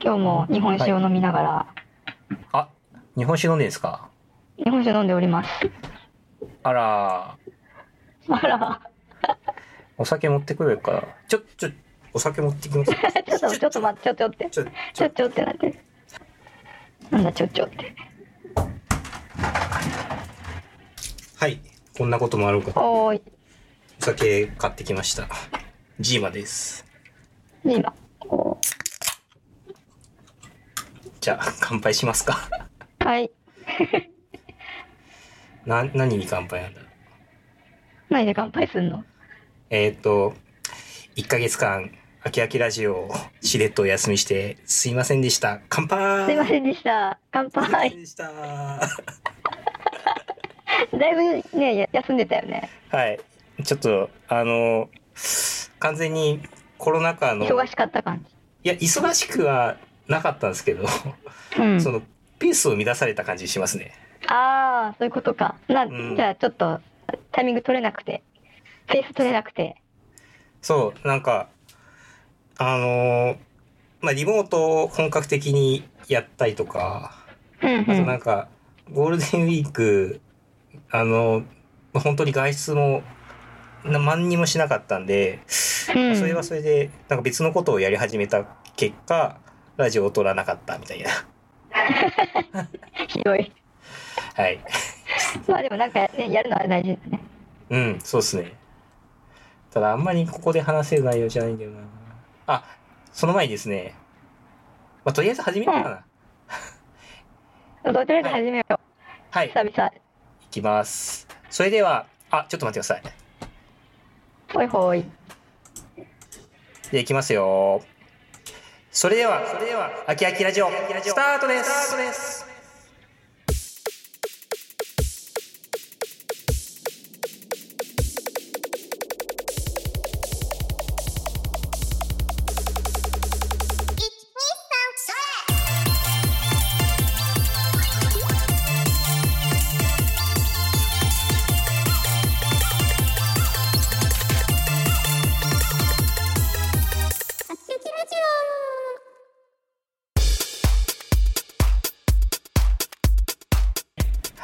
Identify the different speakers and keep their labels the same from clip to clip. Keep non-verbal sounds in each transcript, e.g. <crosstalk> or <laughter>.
Speaker 1: 今日も日本酒を飲みながら、
Speaker 2: あ、日本酒飲んでんですか
Speaker 1: 日本酒飲んでおります。
Speaker 2: あらー、
Speaker 1: あら、
Speaker 2: お酒持ってくれるか。ちょ、ちょ、お酒持ってきます。
Speaker 1: ちょっと、ちょっと待って、ちょっと待って、
Speaker 2: ちょ、
Speaker 1: ち
Speaker 2: ち
Speaker 1: ょ
Speaker 2: ょ
Speaker 1: っ、とってなってる。なんだ、ちょっちょって。
Speaker 2: はい。こんなこともあろうか。
Speaker 1: おーい、
Speaker 2: お酒買ってきました。ジーマです。
Speaker 1: 今、こ
Speaker 2: じゃあ、乾杯しますか。
Speaker 1: う、はい、
Speaker 2: な、何に乾杯なんだ
Speaker 1: 何で乾杯すんの
Speaker 2: えっ、ー、と、1ヶ月間、あきあきラジオをしれっとお休みして、すいませんでした。乾杯
Speaker 1: すいませんでした。乾
Speaker 2: すいません
Speaker 1: 杯。
Speaker 2: でした。は
Speaker 1: だいぶね、や休んでたよね。
Speaker 2: い。ちょっと、あの、完全にコロナ禍の、
Speaker 1: 忙しかった感
Speaker 2: いや、忙しくはなかったんですけど、
Speaker 1: じ。うん。
Speaker 2: その、ペースを乱された感じしますね。
Speaker 1: ああ、そういうことか。な、
Speaker 2: うん
Speaker 1: じゃあちょっとタイミング取れなくて、ペース取れなくて。
Speaker 2: そう、なんか、あのまあ、リモートを本格的にやったりとか、
Speaker 1: うん
Speaker 2: あと
Speaker 1: う
Speaker 2: なん
Speaker 1: ん。
Speaker 2: か、ゴールデンウィーク、あの、本当に外出も、な何にもしなかったんで、
Speaker 1: うん
Speaker 2: それはそれで、なんか別のことをやり始めた結果、ラジオを撮らなかったみたいな。 <laughs>
Speaker 1: ひどい。
Speaker 2: はい。
Speaker 1: まあでもなんか、ね、やるのは大事ですね。
Speaker 2: うん、そうっすね。ただ、あんまりここで話せる内容じゃないんだよな。あ、その前にですね、まあ、とりあえず始めようかな。
Speaker 1: とりあえず始めよう。
Speaker 2: はい、
Speaker 1: 久々。
Speaker 2: いきます。それでは、あ、ちょっと待ってください。
Speaker 1: ほいほい。
Speaker 2: で、いきますよ。それでは、それでは、あきあきラジオ、スタートです。スタートです。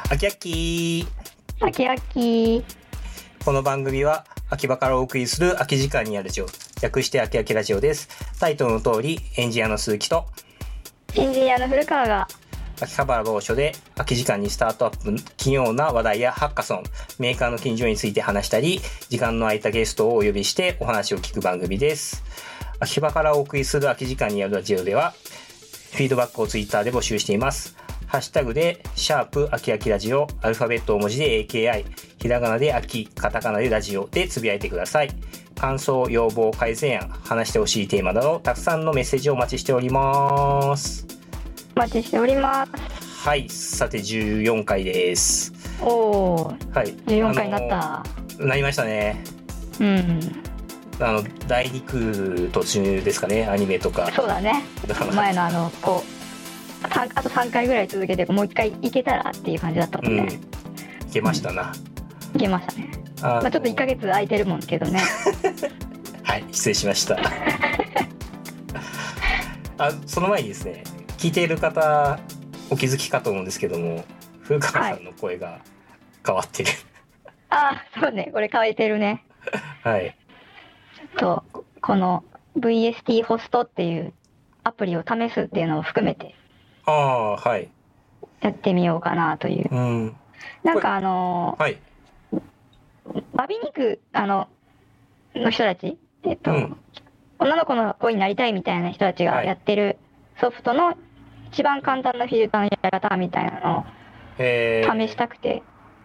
Speaker 2: あきあき。
Speaker 1: あきあき。
Speaker 2: この番組は、秋葉からお送りする空き時間にあるラジオ、略してあきあきラジオです。タイトルの通り、エンジニアの鈴木と、
Speaker 1: エンジニアの古川が。
Speaker 2: 秋葉原某所で空き時間にスタートアップ企業な話題やハッカソンメーカーの近所について話したり時間の空いたゲストをお呼びしてお話を聞く番組です秋葉からお送りする空き時間にあるラジオではフィードバックをツイッターで募集していますハッシュタグで、シャープ、あきあきラジオ、アルファベット大文字で AKI、ひらがなであき、カタカナでラジオでつぶやいてください。感想、要望、改善案、話してほしいテーマなど、たくさんのメッセージをお待ちしております。
Speaker 1: お待ちしております。
Speaker 2: はい、さて14回です。
Speaker 1: おお、
Speaker 2: はい、
Speaker 1: 14回になった。
Speaker 2: あの。なりましたね。
Speaker 1: うん。
Speaker 2: あの第2クール途中ですかね、アニメとか。
Speaker 1: そうだね。前のあの、こう、さんあと3回ぐらい続けて、もう1回いけたらっていう感じだったも
Speaker 2: うんん、い
Speaker 1: ね。
Speaker 2: けましたな。
Speaker 1: いけましたね。
Speaker 2: あ
Speaker 1: まあちょっと1ヶ月空いてるもんけ <laughs> どね。
Speaker 2: はい、失礼し
Speaker 1: <laughs>
Speaker 2: ました。あ、その前にですね、聞いている方お気づきかと思うんですけども、風川さんの声が変わってる。
Speaker 1: ああ、そうね。これ乾いてるね。
Speaker 2: はい、
Speaker 1: と、この VST ホストっていうアプリを試すっていうのを含めて
Speaker 2: ああー、はい、
Speaker 1: やってみようかなという。
Speaker 2: うん、
Speaker 1: なんかあの
Speaker 2: はい、
Speaker 1: バビ肉、あの、の人たち、えっと、
Speaker 2: うん
Speaker 1: 女の子の子になりたいみたいな人たちがやってるソフトの一番簡単なフィルターのやり方みたいなのを
Speaker 2: えー、
Speaker 1: 試したくて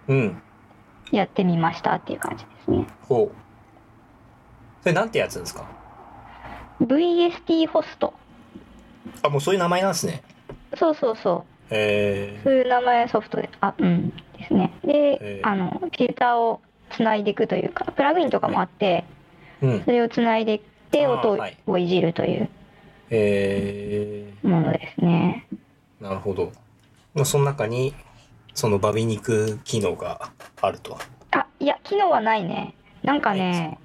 Speaker 2: うん、
Speaker 1: やってみましたっていう感じですね。
Speaker 2: ほう。それなんてやつですか。
Speaker 1: VST ホスト。
Speaker 2: あ、もうそういう名前なんですね。
Speaker 1: そうそうそう。
Speaker 2: え
Speaker 1: そういう名前ソフトで、あ、うん、ですね。で、
Speaker 2: えー
Speaker 1: あの、フィルターをつないでいくというか、プラグインとかもあって、
Speaker 2: ー、うん。
Speaker 1: それをつないでいって、
Speaker 2: あー
Speaker 1: 音
Speaker 2: はい
Speaker 1: をいじるという
Speaker 2: え
Speaker 1: ものですね。
Speaker 2: ー、なるほど。まあその中に、そのバビ肉機能があると。
Speaker 1: あ、いや、機能はないね。なんかね、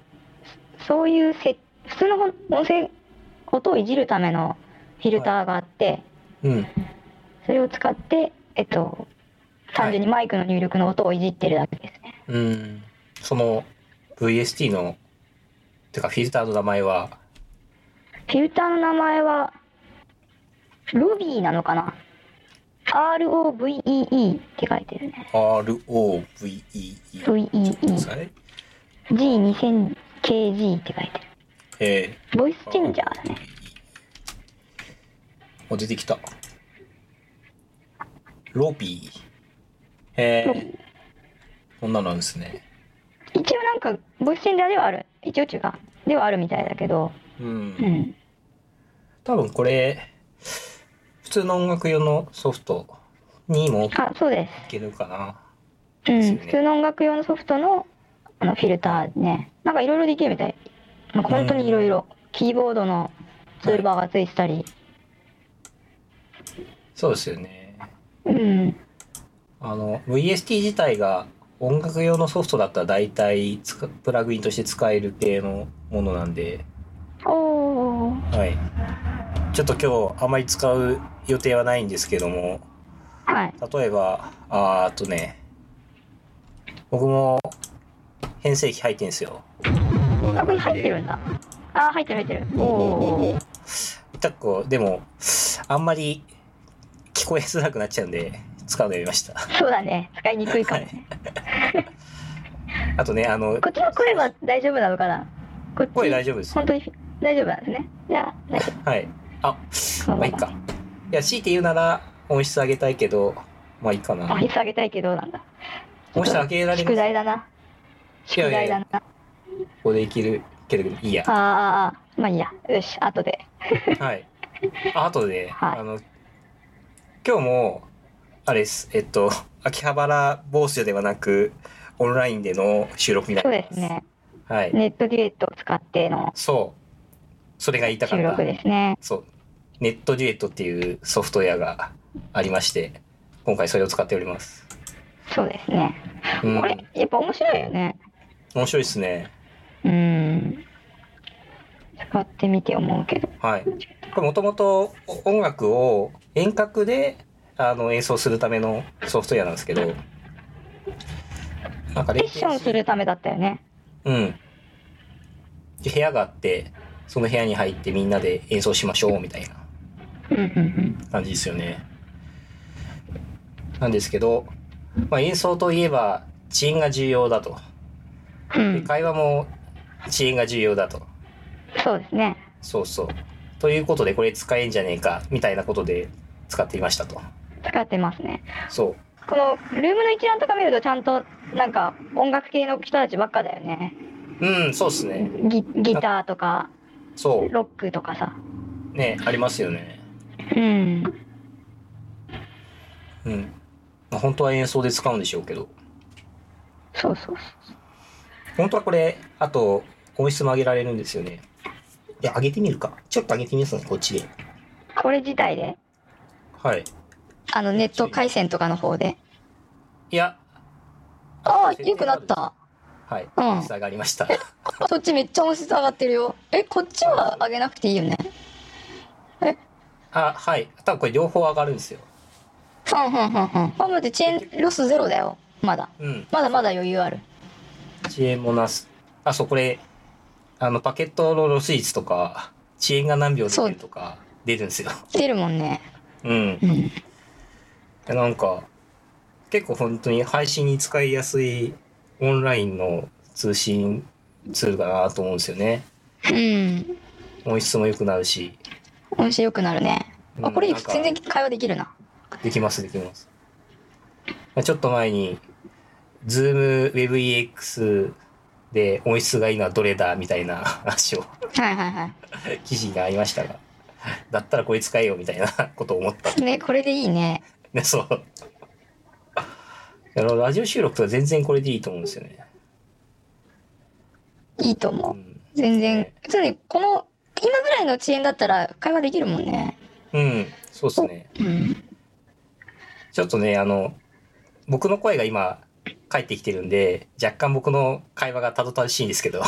Speaker 1: そそういうせ、普通の音声、音をいじるためのフィルターがあって、
Speaker 2: うん。
Speaker 1: それを使って、えっと、単純にマイクの入力の音をいじってるだけですね。
Speaker 2: うん。その VST の、てかフィルターの名前は、
Speaker 1: フィルターの名前は、ロビーなのかな ?ROVEE って書いてるね。
Speaker 2: ROVEE。
Speaker 1: VEE。
Speaker 2: はい。
Speaker 1: G2000KG って書いて
Speaker 2: え
Speaker 1: る。ボイス
Speaker 2: ー、
Speaker 1: チェンジャーだね。
Speaker 2: お、出てきた。ロビー。え
Speaker 1: ロビ
Speaker 2: ー、こんなのなんですね。
Speaker 1: 一応なんか、ボイスチェンジャーではある。一応違うか。ではあるみたいだけど。
Speaker 2: う。
Speaker 1: うんん。
Speaker 2: 多分これ、普通の音楽用のソフトにもい
Speaker 1: あ、そうで
Speaker 2: けるかな。
Speaker 1: す。う
Speaker 2: ですよ
Speaker 1: ん。
Speaker 2: ね
Speaker 1: 普通の音楽用のソフトの、あの、フィルターね。なんかいろいろできるみたい。なんか本当にいろいろ。キーボードのツールバーがついてたり。
Speaker 2: そうですよね。
Speaker 1: うん。
Speaker 2: あの VST 自体が音楽用のソフトだったら大体つかプラグインとして使える系のものなんで、
Speaker 1: おー。
Speaker 2: はい、ちょっと今日あまり使う予定はないんですけども
Speaker 1: はい。
Speaker 2: 例えばあーっとね僕も編成機入ってんすよ
Speaker 1: あ、これ入ってるんだ。あ、入ってる入ってる。おお。
Speaker 2: 結構でもあんまり聞こえづらくなっちゃうんで使うのやめました
Speaker 1: そうだね。使いにくいかもね。
Speaker 2: あとねあの
Speaker 1: こっちの声は大丈夫なのかなこっち。
Speaker 2: 声大丈夫です
Speaker 1: 本当に大丈夫なんですね。じゃあ、大丈
Speaker 2: はいあ
Speaker 1: 夫。
Speaker 2: まあいいか。いや、強いて言うなら音質上げたいけど、まあいいかな。
Speaker 1: あ、椅子あげたいけどなんだ。
Speaker 2: 音質上げられ
Speaker 1: 宿
Speaker 2: る
Speaker 1: 題だな。
Speaker 2: いや
Speaker 1: 宿
Speaker 2: いや
Speaker 1: 題
Speaker 2: い
Speaker 1: だ
Speaker 2: や
Speaker 1: な。
Speaker 2: ここでいけるけど、いいや。
Speaker 1: ああああ、まあいいや。よし、後で。
Speaker 2: はい。ああとで、
Speaker 1: はい
Speaker 2: あの、今日も、あれです、えっと、秋葉原某所ではなく、オンラインでの収録にな
Speaker 1: そう
Speaker 2: り
Speaker 1: で
Speaker 2: ますす。
Speaker 1: ね。
Speaker 2: はい。
Speaker 1: ネットデュエットを使っての
Speaker 2: そう。それが言いたか
Speaker 1: 収
Speaker 2: っ
Speaker 1: 録
Speaker 2: た。
Speaker 1: ですね。
Speaker 2: そう。ネットデュエットっていうソフトウェアがありまして、今回それを使っております。
Speaker 1: そうですね。
Speaker 2: うん
Speaker 1: こ。れ、やっぱ面白いよね。
Speaker 2: 面白いですね。
Speaker 1: うん。使ってみて思うけど。
Speaker 2: はい。これもともと音楽を遠隔であの演奏するためのソフトウェアなんですけど、なんか
Speaker 1: セ
Speaker 2: レ
Speaker 1: ッションするためだったよね。
Speaker 2: うん。で部屋があって、その部屋に入ってみんなで演奏しましょうみたいな
Speaker 1: うんうんうん。
Speaker 2: 感じですよね。なんですけど、まあ、演奏といえば遅延が重要だと。
Speaker 1: う
Speaker 2: で
Speaker 1: ん、
Speaker 2: 会話も遅延が重要だと。
Speaker 1: そうですね。
Speaker 2: そうそう。ということで、これ使えんじゃねえかみたいなことで使っていましたと。
Speaker 1: 使ってますね。
Speaker 2: そう。
Speaker 1: このルームの一覧とか見るとちゃんとなんか音楽系の人たちばっかだよね。
Speaker 2: うん、そうですね。
Speaker 1: ギギターとか
Speaker 2: そ
Speaker 1: ロックとかさ。
Speaker 2: う。ね、ありますよね。
Speaker 1: うん。
Speaker 2: うん。まあ、本当は演奏で使うんでしょうけど。
Speaker 1: そうそう
Speaker 2: 本当はこれ、あと、音質も上げられるんですよね。いや、上げてみるか。ちょっと上げてみますね、こっちで。
Speaker 1: そう。これ自体で
Speaker 2: はい。
Speaker 1: あのネット回線とかの方で。
Speaker 2: いや、
Speaker 3: ああ、良くなった。
Speaker 2: はい。
Speaker 3: うん
Speaker 2: 音質上がりました。
Speaker 3: あそっちめっちゃ音質上がってるよ。え、こっちは上げなくていいよね。
Speaker 2: あ、はい。多分これ両方上がるんですよ。
Speaker 3: ふんふんふんふん。あ、待って、遅延ロスゼロだよ。まだ。
Speaker 2: うん。
Speaker 3: まだまだ余裕ある。
Speaker 2: 遅延もなす。あ、そう、これ、あの、パケットのロス率とか、遅延が何秒出てるとか、出るんですよ。 <laughs>
Speaker 3: 出るもんね。
Speaker 2: うん
Speaker 3: う。ん。
Speaker 2: でなんか、結構本当に配信に使いやすいオンラインの通信ツールかなと思うんですよね。
Speaker 3: うん。
Speaker 2: 音質も良くなるし。
Speaker 3: 音質良くなるね。
Speaker 2: う
Speaker 3: あ、
Speaker 2: ん
Speaker 3: これ
Speaker 2: なんか
Speaker 3: 全然会話できるな。
Speaker 2: できます、できます。まあちょっと前に、Zoom WebEX で音質がいいのはどれだみたいな話を、
Speaker 3: はいはいは
Speaker 2: 記事がありましたが、だったらこれ使えよみたいなことを思った。
Speaker 3: い。ね、これでいいね。
Speaker 2: ね、そう。あのラジオ収録とか全然これでいいと思うんですよね。
Speaker 3: いいと思
Speaker 2: う
Speaker 3: う。
Speaker 2: ん。
Speaker 3: 全然。普通に、この、今ぐらいの遅延だったら会話できるもんね。
Speaker 2: うん、そうですね。
Speaker 3: うん。
Speaker 2: ちょっとね、あの、僕の声が今、返ってきてるんで、若干僕の会話がたどたどしいんですけど。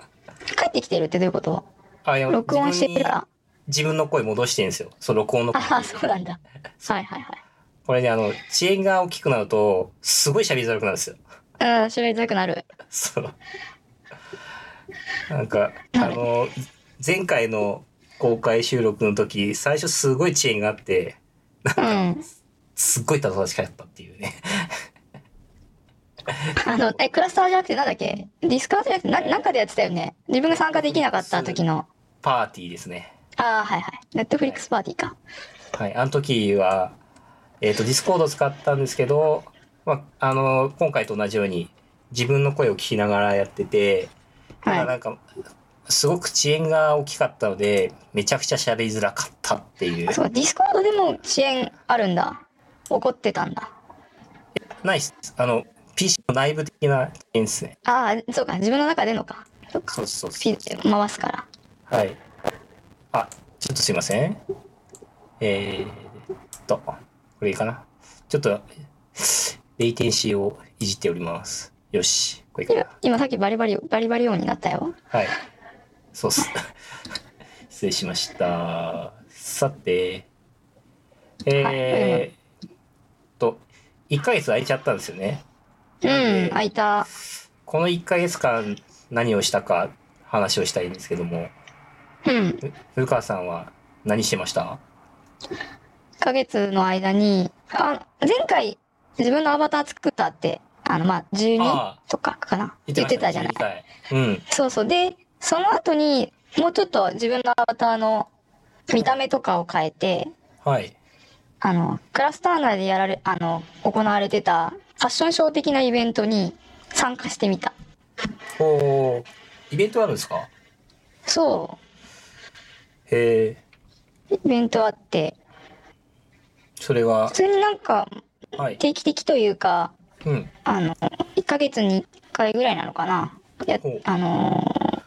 Speaker 2: <laughs>
Speaker 3: 帰ってきてるってどういうこと
Speaker 2: あいや
Speaker 3: 録音してるか
Speaker 2: 自分に
Speaker 3: ら。
Speaker 2: 自分の声戻してるんですよ。そう、録音の声。
Speaker 1: ああ、そうなんだ。はいはい
Speaker 2: これね、あの、遅延が大きくなると、すごい喋りづらくなるんですよ。
Speaker 1: はい。うん、喋りづらくなる。
Speaker 2: そう。なんか、あの、前回の公開収録の時、最初すごい遅延があって、
Speaker 1: うん。
Speaker 2: すっごいたどたどしかったっていうね。
Speaker 1: あの、え、クラスターじゃなくてなんだっけディスカードじゃなくて、な、なんかでやってたよね。自分が参加できなかった時の。
Speaker 2: パーティーですね。
Speaker 1: ああ、はいはい。ネットフリックスパーティーか。
Speaker 2: はい。あの時は、えっ、と、ディスコード使ったんですけど、まあ、あの、今回と同じように、自分の声を聞きながらやってて、
Speaker 1: はい
Speaker 2: まあなんか、すごく遅延が大きかったので、めちゃくちゃ喋りづらかったっていう。
Speaker 1: そう、ディスコードでも遅延あるんだ。怒ってたんだ。
Speaker 2: ないっす。あの、PC の内部的な遅延ですね。
Speaker 1: ああ、そうか、自分の中でのか。そっか
Speaker 2: そうそうそう
Speaker 1: ピッて回すから。
Speaker 2: はい。あ、ちょっとすいません。えー、っと、これいいかな。ちょっと、レイテンシーをいじっております。よし、これいいか
Speaker 1: 今
Speaker 2: な。
Speaker 1: 今さっきバリバリ、バリバリ音になったよ。
Speaker 2: はい。そうっす。 <laughs> 失礼しました。さて、えー、っと、1ヶ月空いちゃったんですよね。
Speaker 1: うん、開いた。
Speaker 2: この1ヶ月間何をしたか話をしたいんですけども、
Speaker 1: うん。
Speaker 2: ふ古川さんは何してました
Speaker 1: 1ヶ月の間に、あ前回自分のアバター作ったって、あの、まあ、12
Speaker 2: あ
Speaker 1: とかかな言ってたじゃない。
Speaker 2: い。うん。
Speaker 1: そうそう。で、その後に、もうちょっと自分のアバターの見た目とかを変えて、
Speaker 2: はい。
Speaker 1: あの、クラスター内でやられ、あの、行われてたファッションショー的なイベントに参加してみた。
Speaker 2: おーイベントあるんですか
Speaker 1: そ
Speaker 2: へえ。
Speaker 1: う。イベントあって、
Speaker 2: それは
Speaker 1: 普、通になんか
Speaker 2: はい。
Speaker 1: 定期的というか、
Speaker 2: うん。
Speaker 1: あの、1ヶ月に1回ぐらいなのかな。や
Speaker 2: ほう
Speaker 1: あのー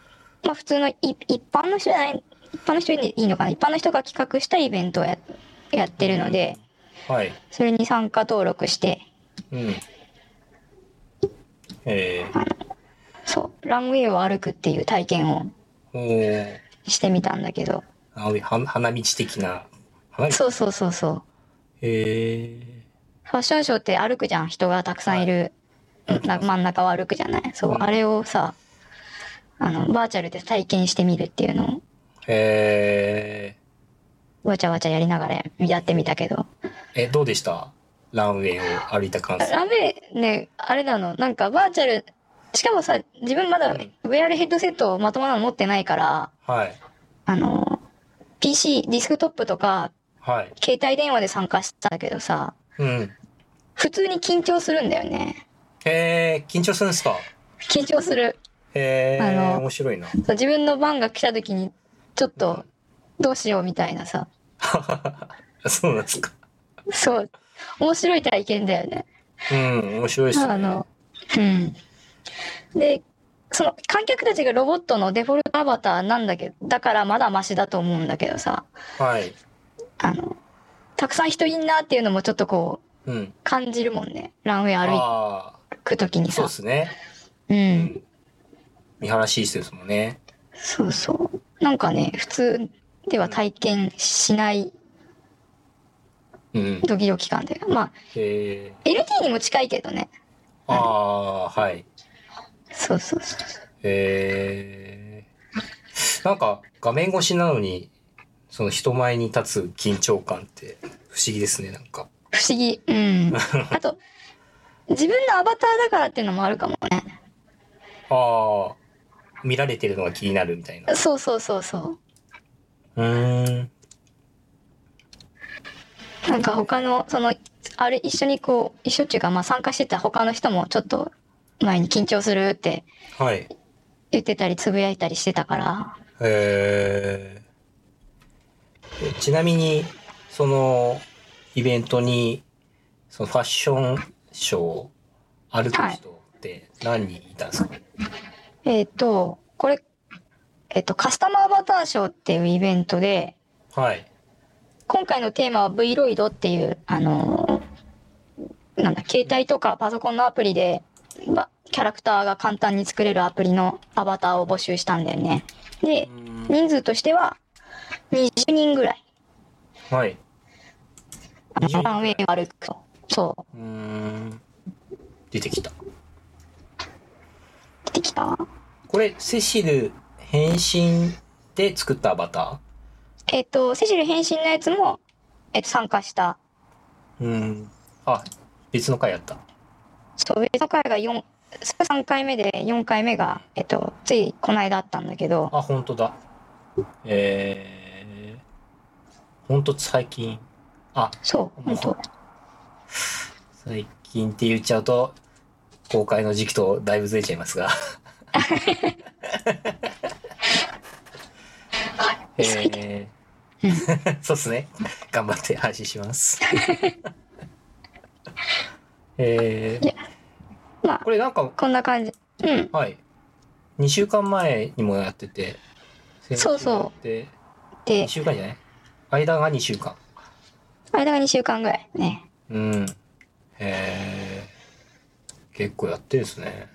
Speaker 1: まあ普通のい一般の人じゃない、一般の人でいいのかな。一般の人が企画したイベントをややってるので、
Speaker 2: はい。
Speaker 1: それに参加登録して、
Speaker 2: うん。え
Speaker 1: そう、ランウェイを歩くっていう体験を
Speaker 2: ー、おー
Speaker 1: してみたんだけど、
Speaker 2: あおいは花道的な。花道
Speaker 1: そうそうそうそう。
Speaker 2: へえ。
Speaker 1: ファッションショーって歩くじゃん。人がたくさんいる、な真ん中を歩くじゃない。そうう、
Speaker 2: ん
Speaker 1: あれをさ、あの、バーチャルで体験してみるっていうの
Speaker 2: え
Speaker 1: を、わちゃわちゃやりながらやってみたけど。
Speaker 2: ー、え、どうでしたランウェイを歩いた感想。
Speaker 1: ラメね、あれなの、なんかバーチャル、しかもさ、自分まだ VR ヘッドセットをまともなの持ってないから、
Speaker 2: はい。
Speaker 1: あの、PC、ディスクトップとか、
Speaker 2: はい。
Speaker 1: 携帯電話で参加したんだけどさ、
Speaker 2: うん。
Speaker 1: 普通に緊張するんだよね。
Speaker 2: えー、緊張するんですか
Speaker 1: 緊張する。
Speaker 2: へえ
Speaker 1: あ
Speaker 2: ー、
Speaker 1: の
Speaker 2: 面白いな。
Speaker 1: そう自分の番が来た時に、ちょっと、どうしようみたいなさ、
Speaker 2: そうなんですか。
Speaker 1: そう、面白い体験だよね。
Speaker 2: うん、面白いっすね。
Speaker 1: あの、うん。で、その観客たちがロボットのデフォルトアバターなんだけど、だからまだマシだと思うんだけどさ、
Speaker 2: はい。
Speaker 1: あの、たくさん人いんなっていうのもちょっとこう、
Speaker 2: うん。
Speaker 1: 感じるもんね。ランウェイ歩
Speaker 2: あ
Speaker 1: くときに
Speaker 2: あ、そう
Speaker 1: さ
Speaker 2: で。すね。
Speaker 1: うん。
Speaker 2: 見晴らしい人ですもんね。
Speaker 1: そうそう。なんかね、普通では体験しない
Speaker 2: うん。
Speaker 1: ドキドキ感で。ま
Speaker 2: え
Speaker 1: あ、LT にも近いけどね。
Speaker 2: ー、ああー、はい。
Speaker 1: そうそうそう。
Speaker 2: えー、なんか画面越しなのに、その人前に立つ緊張感って不思議ですね、なんか。
Speaker 1: 不思議。
Speaker 2: <laughs>
Speaker 1: うん。あと、自分のアバターだからっていうのもあるかもね。
Speaker 2: ああ、見られてるのが気になるみたいな。
Speaker 1: そうそうそうそう
Speaker 2: ーん。
Speaker 1: う。なんか他の、その、あれ一緒にこう、一緒っていうか、まあ参加してた他の人もちょっと前に緊張するって
Speaker 2: はい。
Speaker 1: 言ってたり、つぶやいたりしてたから。
Speaker 2: えーえちなみに、その、イベントに、そのファッションショーを歩く人って何人いたんですか、
Speaker 1: えっ、と、これ、えっ、と、カスタマーアバターショーっていうイベントで、
Speaker 2: はい。
Speaker 1: 今回のテーマは V ロイドっていう、あのーなんだ、携帯とかパソコンのアプリで、まキャラクターが簡単に作れるアプリのアバターを募集したんだよね。で、人数としては、 20人ぐらい、
Speaker 2: はい。
Speaker 1: あ
Speaker 2: 20人
Speaker 1: のランウェイを歩くと。そう
Speaker 2: ーん。出てきた。
Speaker 1: う、出てきた。
Speaker 2: これ、セシル変身で作ったアバタ
Speaker 1: えっ、と、セシル変身のやつも、えっと参加した。
Speaker 2: ーうん。あ、別の回やった。
Speaker 1: そう、上の回が4、それが3回目で、4回目が、えっ、と、ついこの間あったんだけど、
Speaker 2: あ、本当だ。えー、本当最近。あ、
Speaker 1: そう、本当
Speaker 2: 最近って言っちゃうと、公開の時期とだいぶずれちゃい
Speaker 1: <laughs>
Speaker 2: ますが。えー、そうっすね。頑張って配信します。えー、
Speaker 1: まあ、
Speaker 2: これなんか、
Speaker 1: こんな感じ。うん。
Speaker 2: はい。2週間前にもやってて、。
Speaker 1: そうそう
Speaker 2: で、
Speaker 1: で
Speaker 2: 2、週間じゃない間が2週間。
Speaker 1: 間が2週間ぐらいね。
Speaker 2: うん。へー結構やってるんですね。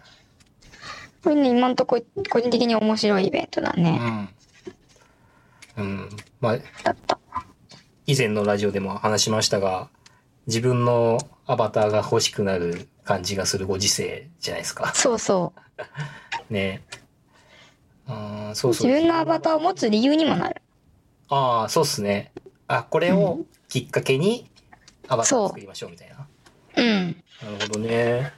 Speaker 1: これね、今んとこ、個人的に面白いイベントだ
Speaker 2: う
Speaker 1: ね。
Speaker 2: ん。うん。まあ、
Speaker 1: だった。
Speaker 2: 以前のラジオでも話しましたが、自分のアバターが欲しくなる感じがするご時世じゃないですか。 <laughs>
Speaker 1: そうそう。
Speaker 2: ね。あーそうそ
Speaker 1: 自
Speaker 2: う。
Speaker 1: 分のアバターを持つ理由にもなる。
Speaker 2: ああ、そうっすね。あ、これをきっかけにアバターを作りましょうみたいな。
Speaker 1: うん。
Speaker 2: なるほどね。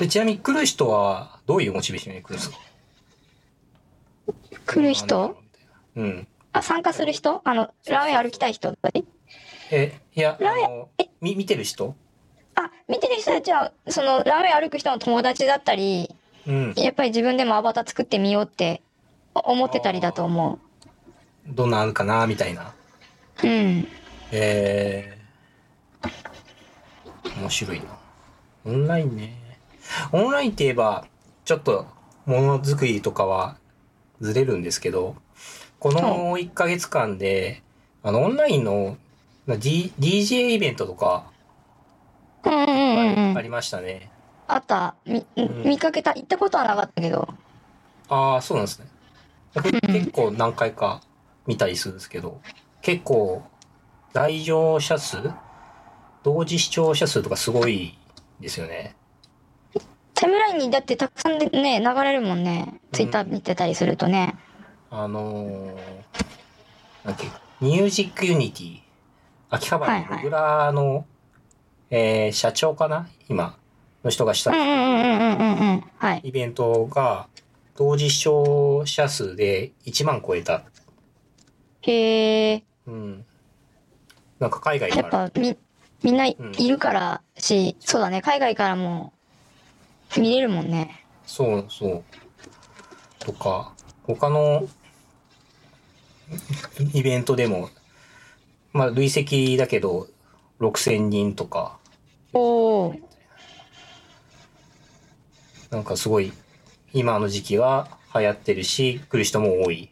Speaker 2: でちなみに来る人はどういうモチベーションで来るんですか
Speaker 1: 来る人
Speaker 2: うん。
Speaker 1: あ、参加する人あの、ランウェイ歩きたい人だね。
Speaker 2: え、いや、あ
Speaker 1: ラーメン
Speaker 2: の、み、見てる人
Speaker 1: あ、見てる人たちは、その、ランウェイ歩く人の友達だったり、
Speaker 2: うん。
Speaker 1: やっぱり自分でもアバター作ってみようって思ってたりだと思
Speaker 2: どんなんあるかな、みたいな。
Speaker 1: う。うん。
Speaker 2: えー、面白いな。オンラインね。オンラインって言えば、ちょっと、ものづくりとかはずれるんですけど、この1ヶ月間で、あの、オンラインの、な D、DJ イベントとか、
Speaker 1: うんうんうんう
Speaker 2: あ
Speaker 1: ん。
Speaker 2: りましたね。
Speaker 1: あった。み、見かけた。行ったことはなかったけど。
Speaker 2: ああ、そうなんですね。僕結構何回か見たりするんですけど、結構来場者数、同時視聴者数とかすごいですよね。
Speaker 1: タイムラインにだってたくさんでね、流れるもんね。ツイッター見てたりするとね。
Speaker 2: あのー、なんていうかミュージックユニティ、秋葉原
Speaker 1: はいは
Speaker 2: の
Speaker 1: い
Speaker 2: 僕らの、えー社長かな今の人がした
Speaker 1: うんうんうんうんうんうんうん。はい。
Speaker 2: イベントが、同時視聴者数で1万超えた。
Speaker 1: へえ。
Speaker 2: うん。なんか海外
Speaker 1: や
Speaker 2: か
Speaker 1: っ
Speaker 2: ら。
Speaker 1: ぱみ、みんない
Speaker 2: ん
Speaker 1: るからし、そうだね。海外からも見れるもんね。
Speaker 2: そうそう。とか、他のイベントでも、まあ累積だけど、6000人とか、
Speaker 1: おお。
Speaker 2: なんかすごい、今の時期は流行ってるし、来る人も多い。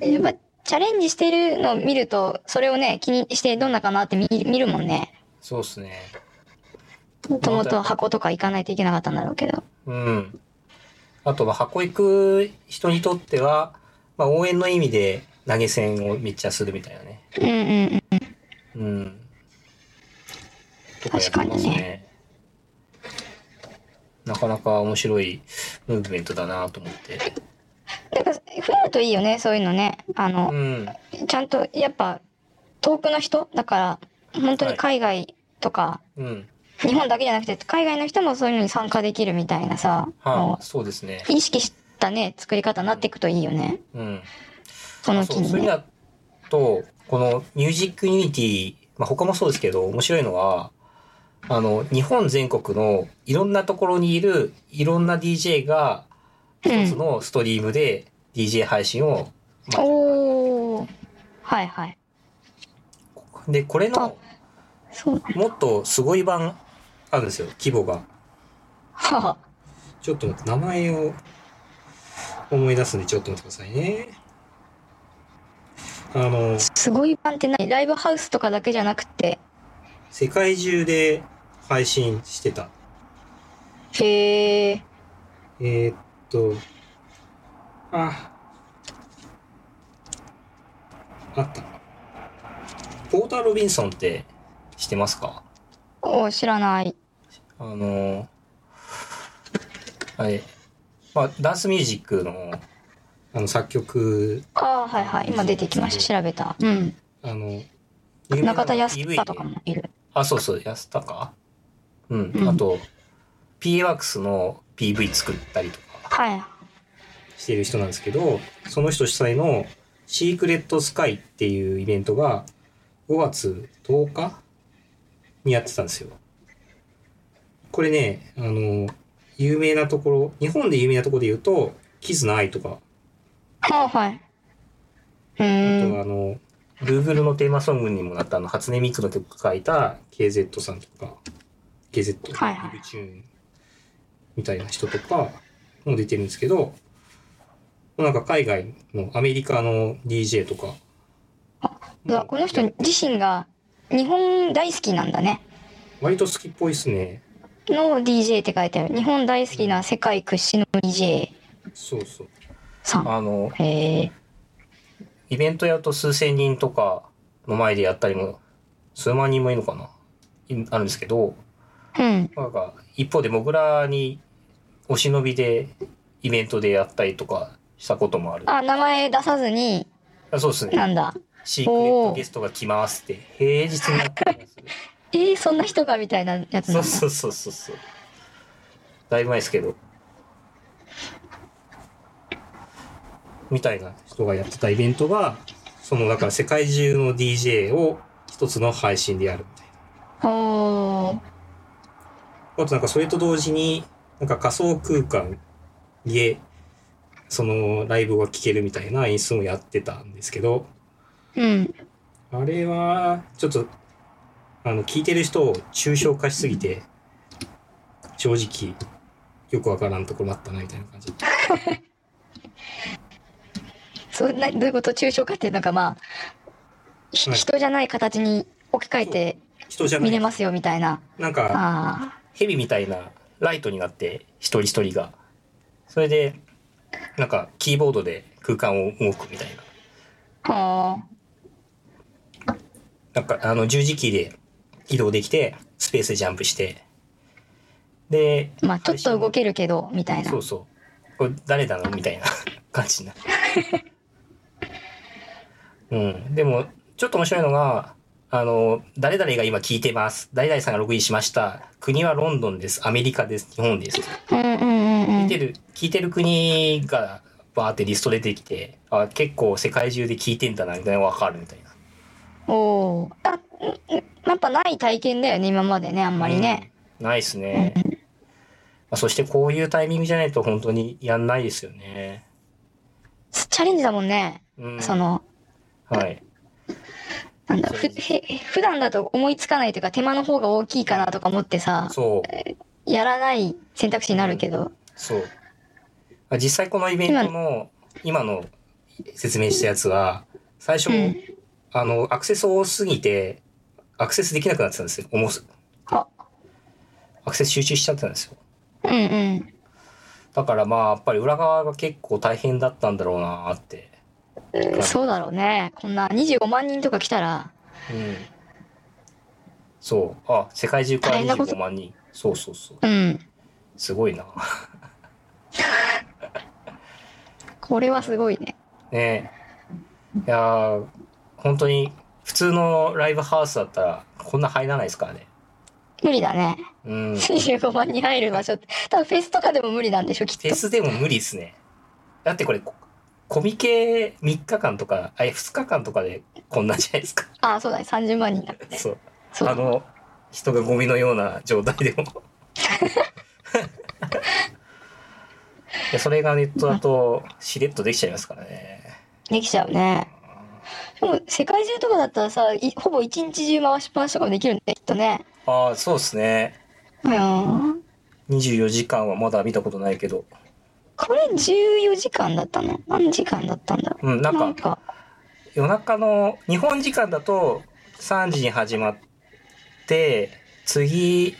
Speaker 1: やっぱチャレンジしてるのを見ると、それをね、気にしてどんなかなって見見るもんね。
Speaker 2: そうっすね。
Speaker 1: もともと箱とか行かないといけなかったんだろうけど。
Speaker 2: うん。あと、まあ箱行く人にとっては、まあ応援の意味で投げ銭をめっちゃするみたいなね。
Speaker 1: うんうんうん。
Speaker 2: うん。
Speaker 1: 確かにね
Speaker 2: とやってます。なかなか面白いムーブメントだなと思って。
Speaker 1: なんか増えるといいよね、そういうのね。あ
Speaker 2: う
Speaker 1: の、
Speaker 2: ん。
Speaker 1: ちゃんと、やっぱ、遠くの人だから、本当に海外とか、
Speaker 2: うん。
Speaker 1: 日本だけじゃなくて、海外の人もそういうのに参加できるみたいなさ、
Speaker 2: は
Speaker 1: も
Speaker 2: い。そうですね。
Speaker 1: う意識したね、作り方になっていくといいよね。
Speaker 2: うん。
Speaker 1: その
Speaker 2: そ
Speaker 1: 気
Speaker 2: う、そ
Speaker 1: にね。
Speaker 2: れだと、このミュージックユニティ、まあ他もそうですけど、面白いのは、あの、日本全国のいろんなところにいるいろんな DJ が
Speaker 1: う
Speaker 2: 一つ
Speaker 1: ん。
Speaker 2: のストリームで DJ 配信を、まあ
Speaker 1: おー。はいはい。
Speaker 2: で、これの
Speaker 1: そうだね。
Speaker 2: もっとすごい版あるんですよ、規模が。
Speaker 1: はは。
Speaker 2: ちょっと待って、名前を思い出すんで、ちょっと待ってくださいね。あの、
Speaker 1: すごい版って何ライブハウスとかだけじゃなくて。
Speaker 2: 世界中で配信してた。
Speaker 1: へー。
Speaker 2: えーっと、あ、あった。ポーター・ロビンソンって知ってますか
Speaker 1: お知らない。
Speaker 2: あのーあれ、まあ、ダンスミュージックの、あの、作曲、
Speaker 1: ああ、はいはい。今出てきました。調べた。うん。
Speaker 2: あの、
Speaker 1: 中田康
Speaker 2: 隆
Speaker 1: 太とかもいる。
Speaker 2: あ、そうそう、安高。うん。
Speaker 1: うん
Speaker 2: あと、PA ワークスの PV 作ったりとか
Speaker 1: はい。
Speaker 2: してる人なんですけど、その人主催のシークレットスカイっていうイベントが5月10日にやってたんですよ。これね、あの、有名なところ、日本で有名なところで言うと、キズナアイとか、
Speaker 1: ああ、はい。う
Speaker 2: あと
Speaker 1: ーん。
Speaker 2: あの、Google のテーマソングにもなったあの、初音ミクの曲書いた KZ さんとか、KZ、
Speaker 1: はいはい
Speaker 2: リブチューンみたいな人とかも出てるんですけど、もうなんか海外のアメリカの DJ とか。
Speaker 1: うわこの人自身が日本大好きなんだね。
Speaker 2: 割と好きっぽいっすね。
Speaker 1: の DJ って書いてある。日本大好きな世界屈指の DJ
Speaker 2: そうそう。
Speaker 1: さん。
Speaker 2: あの、
Speaker 1: へえ。
Speaker 2: イベントやると数千人とかの前でやったりも、数万人もいるのかないあるんですけど、
Speaker 1: うん。
Speaker 2: なんか一方でモグラにお忍びでイベントでやったりとかしたこともある。
Speaker 1: あ、名前出さずに、
Speaker 2: あそうです
Speaker 1: な
Speaker 2: ね。
Speaker 1: んだ。
Speaker 2: シークレットゲストが来ますって平日にやってります。
Speaker 1: えー、そんな人がみたいなやつな
Speaker 2: そ
Speaker 1: ん
Speaker 2: う
Speaker 1: だ。
Speaker 2: そうそうそうそう。だいぶ前ですけど。みたいな人がやってたイベントが、そのだから世界中の DJ を一つの配信でやるみたいな。
Speaker 1: おー。
Speaker 2: あとなんかそれと同時に、なんか仮想空間で、そのライブが聴けるみたいな演出もやってたんですけど、
Speaker 1: うん。
Speaker 2: あれは、ちょっと、あの、聞いてる人を抽象化しすぎて、正直、よくわからんところだったな、みたいな感じ。
Speaker 1: そんな、どういうこと抽象化って、なんかまあ、ひ
Speaker 2: はい
Speaker 1: 人じゃない形に置き換えて
Speaker 2: 人じゃな
Speaker 1: 見れ
Speaker 2: い。
Speaker 1: ますよみたいな。
Speaker 2: なんか、
Speaker 1: あ
Speaker 2: 蛇みたいなライトになって、一人一人が。それで、なんか、キーボードで空間を動くみたい
Speaker 1: あ。
Speaker 2: な。
Speaker 1: はあ。
Speaker 2: なんか、あの、十字キーで移動できて、スペースでジャンプして、で、
Speaker 1: まあ、ちょっと動けるけど、みたいな
Speaker 2: そ。うそう。これ誰だのみたいな <laughs> 感じになる。うん。でも、ちょっと面白いのが、あの、誰々が今聞いてます。誰々さんがログインしました。国はロンドンです。アメリカです。日本です。
Speaker 1: うんうんうんう
Speaker 2: 聞い
Speaker 1: ん
Speaker 2: て。る、聞いてる国がバーってリスト出てきて、あ、結構世界中で聞いてんだな、みたいなのがわかるみたいな。
Speaker 1: おー。あ、んんやっぱない体験だよね、今までね、あんまりね。
Speaker 2: うん。ないですね。まあ、そしてこういうタイミングじゃないと本当にやんないですよね。
Speaker 1: チャレンジだもんね。
Speaker 2: うん。
Speaker 1: その、
Speaker 2: はい。
Speaker 1: なんだ、
Speaker 2: そ
Speaker 1: ふ
Speaker 2: うです
Speaker 1: へ普段だと思いつかないというか、手間の方が大きいかなとか思ってさ、
Speaker 2: そう、
Speaker 1: やらない選択肢になるけど。
Speaker 2: そう。あ実際このイベントの今の説明したやつは、最初、
Speaker 1: うん
Speaker 2: あの、アクセス多すぎて、アクセスできなくなってたんですよ。重す。
Speaker 1: あ、
Speaker 2: アクセス集中しちゃってたんですよ。
Speaker 1: うんうん。
Speaker 2: だからまあ、やっぱり裏側が結構大変だったんだろうなーって。
Speaker 1: そうだろうね。こんな25万人とか来たら、
Speaker 2: うん。そう。あ、世界中か
Speaker 1: 大変な
Speaker 2: ら
Speaker 1: こと
Speaker 2: 25万人。そうそうそう。
Speaker 1: うん。
Speaker 2: すごいな。
Speaker 1: これはすごいね。
Speaker 2: ねえ。いやー本当に、普通のライブハウスだったら、こんな入らないですからね。
Speaker 1: 無理だね。 <laughs>
Speaker 2: うん。フ
Speaker 1: 25万に入る場所って、多分フェスとかでも無理なんでしょ、きっと
Speaker 2: ェ。スでも無理ですね。だってこれ、こコミケ3日間とか、あ、いや2日間とかでこんなんじゃないですか。
Speaker 1: あ、そうだね。30万人だからね。
Speaker 2: そう。
Speaker 1: そう
Speaker 2: あの、人がゴミのような状態でも。
Speaker 1: <laughs>
Speaker 2: いやそれがネットだと、しれっとできちゃいますからね。
Speaker 1: できちゃうね。でも、世界中とかだったらさ、いほぼ一日中回しっぱなしとかもできるんだよ、きっとね。
Speaker 2: ああ、そうですね。
Speaker 1: うん。
Speaker 2: 24時間はまだ見たことないけど。
Speaker 1: これ14時間だったの何時間だったんだろ
Speaker 2: うん、な
Speaker 1: う。
Speaker 2: ん
Speaker 1: な
Speaker 2: か
Speaker 1: ん、か、
Speaker 2: 夜中の日本時間だと3時に始まって次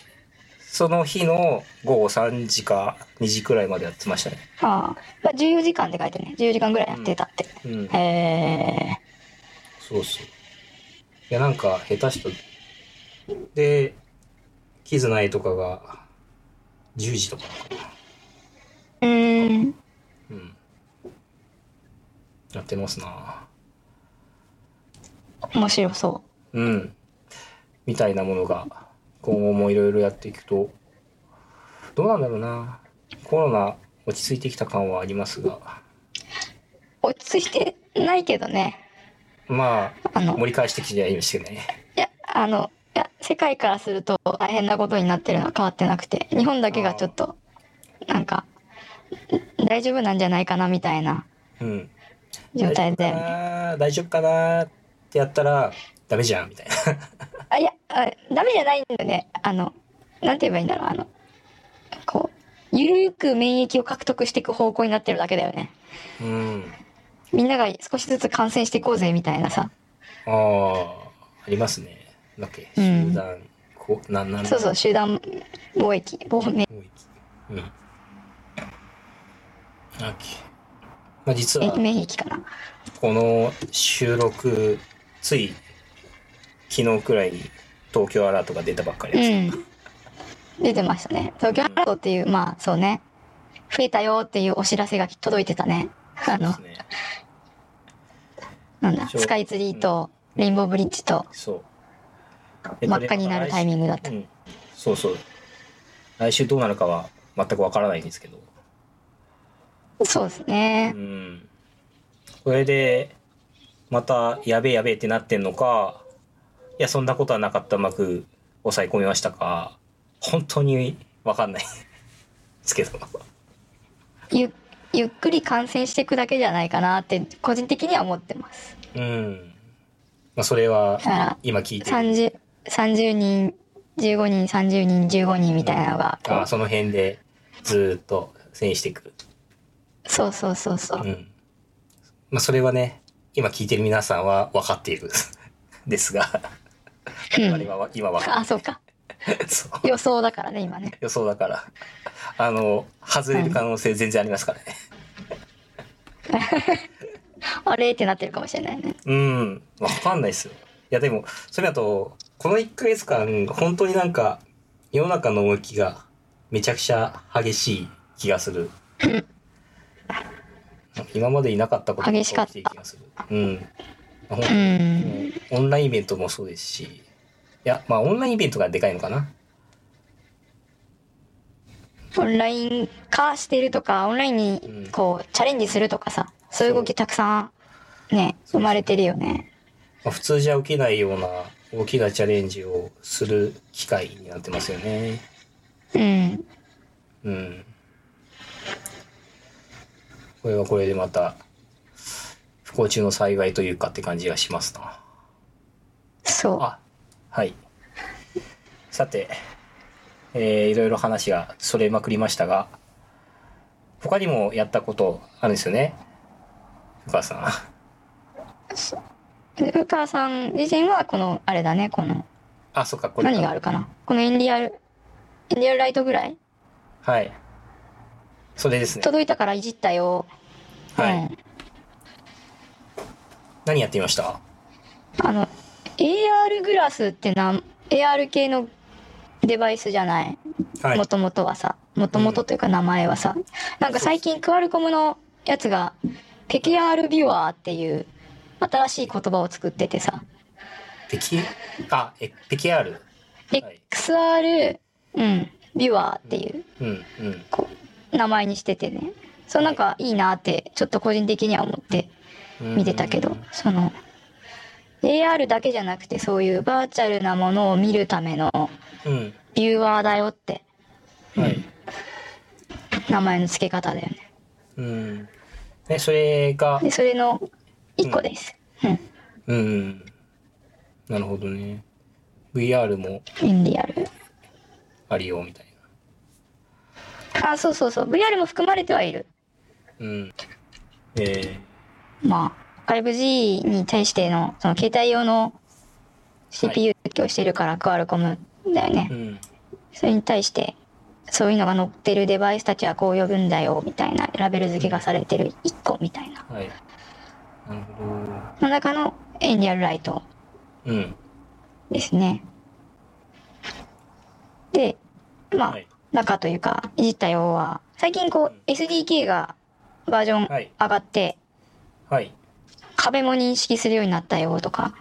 Speaker 2: その日の午後3時か2時くらいまでやってましたね。
Speaker 1: ああ、まあ、14時間って書いてね。14時間ぐらいやってたって。
Speaker 2: うん、
Speaker 1: へえ。
Speaker 2: そうそう。いや、なんか、下手した。で、キズナイとかが、10時とかなのか
Speaker 1: うーん。
Speaker 2: な。うん。やってますな。
Speaker 1: 面白そ
Speaker 2: うん。みたいなものが、今後もいろいろやっていくと、どうなんだろうな。コロナ、落ち着いてきた感はありますが、
Speaker 1: う。落ち着いてないけどね。
Speaker 2: ま
Speaker 1: あ
Speaker 2: あ、
Speaker 1: の、
Speaker 2: 盛り返してきてはいますよね。
Speaker 1: いや、あの、いや、世界からすると大変なことになってるのは変わってなくて、日本だけがちょっと、なんか、大丈夫なんじゃないかなみたいな
Speaker 2: うん。
Speaker 1: 状態だよね。
Speaker 2: ね。大丈夫かなってやったら、ダメじゃん、みたいな。
Speaker 1: あ、いや、あダメじゃないんだよね。あの、なんて言えばいいんだろう、あの、こう、ゆるーく免疫を獲得していく方向になってるだけだよね。
Speaker 2: うん。
Speaker 1: みんなが少しずつ感染していこうぜみたいなさ。
Speaker 2: ああ、ありますね。なんだっけ、
Speaker 1: うん
Speaker 2: 集団、こう、なんなん
Speaker 1: そうそう、集団貿易、貿易
Speaker 2: う。うん。なんだっけ。まあ、実は、
Speaker 1: 免疫かな。
Speaker 2: この収録、つい、昨日くらいに、東京アラートが出たばっかり
Speaker 1: う
Speaker 2: です。
Speaker 1: ん。出てましたね。東京アラートっていう、まあそうね。増えたよっていうお知らせが届いてたね。あ
Speaker 2: そうで
Speaker 1: の
Speaker 2: す、ね。
Speaker 1: なんだ、
Speaker 2: そう
Speaker 1: スカイツリーとレインボーブリッジと
Speaker 2: そう。
Speaker 1: 真っ赤になるタイミングだった
Speaker 2: う。ん、そうそう来週どうなるかは全くわからないんですけど、
Speaker 1: そうです
Speaker 2: う
Speaker 1: ね。
Speaker 2: ん、それでまたやべえやべえってなってんのかいやそんなことはなかったうまく抑え込みましたか本当にわかんないですけど
Speaker 1: ゆゆっくり感染していくだけじゃないかなって、個人的には思ってます。
Speaker 2: うん、まあ、それは
Speaker 1: だから、
Speaker 2: 今聞いてる
Speaker 1: 30、30人、15人、30人、15人みたいなのが、こう
Speaker 2: あその辺でずーっと遷移していく、
Speaker 1: そうそうそうそう
Speaker 2: う。んまあ、それはね今聞いてる皆さんは <laughs> 分かっているですが
Speaker 1: うん
Speaker 2: 我々は今分か
Speaker 1: あ、そうか。
Speaker 2: るそう
Speaker 1: 予想だからね、今ね。
Speaker 2: 予想だからあの外れる可能性全然ありますからね、
Speaker 1: あれってなってるかもしれないね。
Speaker 2: うんわかんないですよいやでもそれだとこの1ヶ月間本当になんか世の中の動きがめちゃくちゃ激しい気がするなんか今までいなかったことが
Speaker 1: 激しかった
Speaker 2: 起きてる気がするうんほ
Speaker 1: う
Speaker 2: ん
Speaker 1: ん。
Speaker 2: オンラインイベントもそうですしいやまあオンラインイベントがでかいのかな
Speaker 1: オンライン化してるとか、オンラインにこう、チャレンジするとかさ、そういう動きたくさん、ね、
Speaker 2: そ
Speaker 1: 生
Speaker 2: う
Speaker 1: まれてるよね。
Speaker 2: まあ普通じゃ起きないような大きなチャレンジをする機会になってますよね。
Speaker 1: うん。
Speaker 2: うん。これはこれでまた不幸中の幸いというかって感じがしますな。
Speaker 1: そ
Speaker 2: あ、はい。さて、えーいろいろ話がそれまくりましたが、他にもやったことあるんですよね。お母さ
Speaker 1: う。
Speaker 2: ん。 <laughs>
Speaker 1: で、ウカさん自身は、この、あれだね、この、
Speaker 2: あ、そっか、これか
Speaker 1: 何があるかな。このエンリアル、エンリアルライトぐらい
Speaker 2: はい。それですね。
Speaker 1: 届いたからいじったよ。
Speaker 2: はい。
Speaker 1: うん。
Speaker 2: 何やってみました
Speaker 1: あの、AR グラスってなん、AR 系のデバイスじゃない。
Speaker 2: はい
Speaker 1: も。ともとはさ、もともとというか名前はさ、なんか最近クアルコムのやつが、ペケアールビュアーっていう新しい言葉を作っててさ、
Speaker 2: ペキ、あ、え、ペキ R。い
Speaker 1: XR、うん、ビュアーっていう
Speaker 2: うん、うん。
Speaker 1: こう名前にしててね、そうなんかいいなって、ちょっと個人的には思って
Speaker 2: うん
Speaker 1: 見てたけど、その、AR だけじゃなくてそういうバーチャルなものを見るための
Speaker 2: うん。
Speaker 1: ビューアーだよって
Speaker 2: はい。
Speaker 1: 名前の付け方だよね。
Speaker 2: うん。ね、それが、
Speaker 1: で、それの1個です。うん
Speaker 2: うん。なるほどね。VR も
Speaker 1: インディアル。
Speaker 2: ありよ、みたい
Speaker 1: あ、そうそうそう。VR も含まれてはいる。
Speaker 2: な。うん。え
Speaker 1: まあ、5G に対しての、その携帯用の CPU 提供してるから、クアルコムだよね
Speaker 2: ー、う。ん。
Speaker 1: それに対して、そういうのが載ってるデバイスたちはこう呼ぶんだよ、みたいな、ラベル付けがされてる1個みたいな。
Speaker 2: はい。なるほど。
Speaker 1: の中のエンリアルライト
Speaker 2: うん。
Speaker 1: ですね。で、まあ、
Speaker 2: はい。
Speaker 1: 中というか、いじったよは、最近こう、SDK がバージョン
Speaker 2: はい
Speaker 1: 上がって、
Speaker 2: はい。
Speaker 1: 壁も認識するようになったよとか、